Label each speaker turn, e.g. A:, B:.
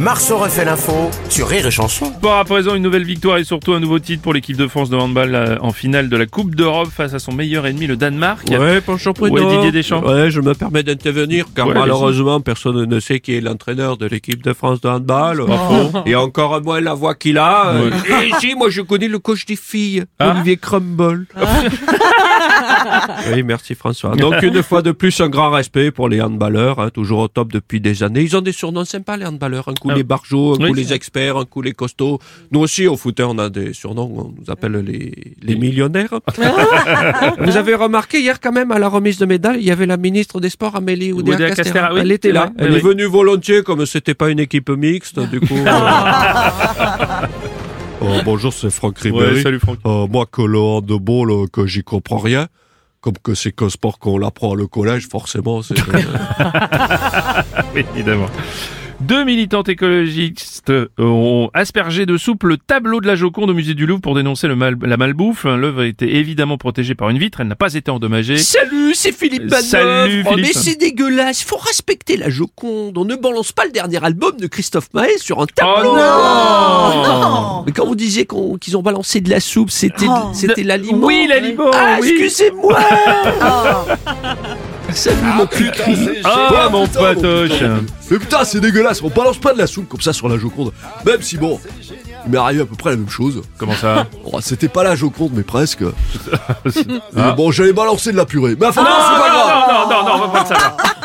A: Marceau refait l'info sur Rire et Chanson.
B: Sport à présent, une nouvelle victoire et surtout un nouveau titre pour l'équipe de France de handball euh, en finale de la Coupe d'Europe face à son meilleur ennemi, le Danemark.
C: Ouais, bonjour Bruno.
B: Ouais, Didier Deschamps.
C: Ouais, je me permets d'intervenir car
B: Ouais,
C: malheureusement personne ne sait qui est l'entraîneur de l'équipe de France de handball.
B: Oh.
C: Oh. Et encore moins la voix qu'il a. Euh, Et si, moi je connais le coach des filles,
B: Ah.
C: Olivier Crumble. oui, merci François. Donc une fois de plus, un grand respect pour les handballeurs, hein, toujours au top depuis des années. Ils ont des surnoms sympas les handballeurs. Un coup
B: Ah.
C: les barjots, un
B: Oui.
C: coup les experts, un coup les costauds. Nous aussi au footer, on a des surnoms, on nous appelle les, les millionnaires. Vous avez remarqué hier quand même à la remise de médailles, il y avait la ministre des Sports Amélie Oudéa
B: Oudéa
C: Castéra.
B: Castéra, oui.
C: Elle était là.
B: Oui,
C: Elle
B: oui.
C: est venue volontiers comme c'était pas une équipe mixte du coup. euh. Oh, bonjour, c'est Franck Ribéry.
B: Ouais, salut, Franck.
C: Euh, moi que le handball euh, que j'y comprends rien. Comme que c'est qu'un sport qu'on l'apprend le collège, forcément, c'est...
B: Oui, évidemment. Deux militantes écologistes euh, ont aspergé de soupe le tableau de la Joconde au musée du Louvre pour dénoncer le mal- la malbouffe. L'œuvre était évidemment protégée par une vitre, elle n'a pas été endommagée.
C: Salut, c'est Philippe Manœuvre.
B: Salut,
C: Oh,
B: Philippe.
C: mais c'est dégueulasse. Faut respecter la Joconde. On ne balance pas le dernier album de Christophe Maé sur un tableau.
B: Oh
D: Oh
C: mais quand vous disiez qu'on- qu'ils ont balancé de la soupe, c'était
E: Oh.
C: c'était l'aliment.
B: Oui, l'aliment,
C: Ah,
B: oui.
C: excusez-moi. Salut mon cul-cul.
B: Ah, mon patoche
D: Mais putain, c'est dégueulasse, on balance pas de la soupe comme ça sur la Joconde. Même si bon, il m'est arrivé à peu près la même chose.
B: Comment ça
D: Oh, C'était pas la Joconde, mais presque.
B: Ah,
D: Et bon, j'allais balancer de la purée. Mais enfin, non, c'est pas grave.
B: Oh, Non, non, non, on va prendre ça.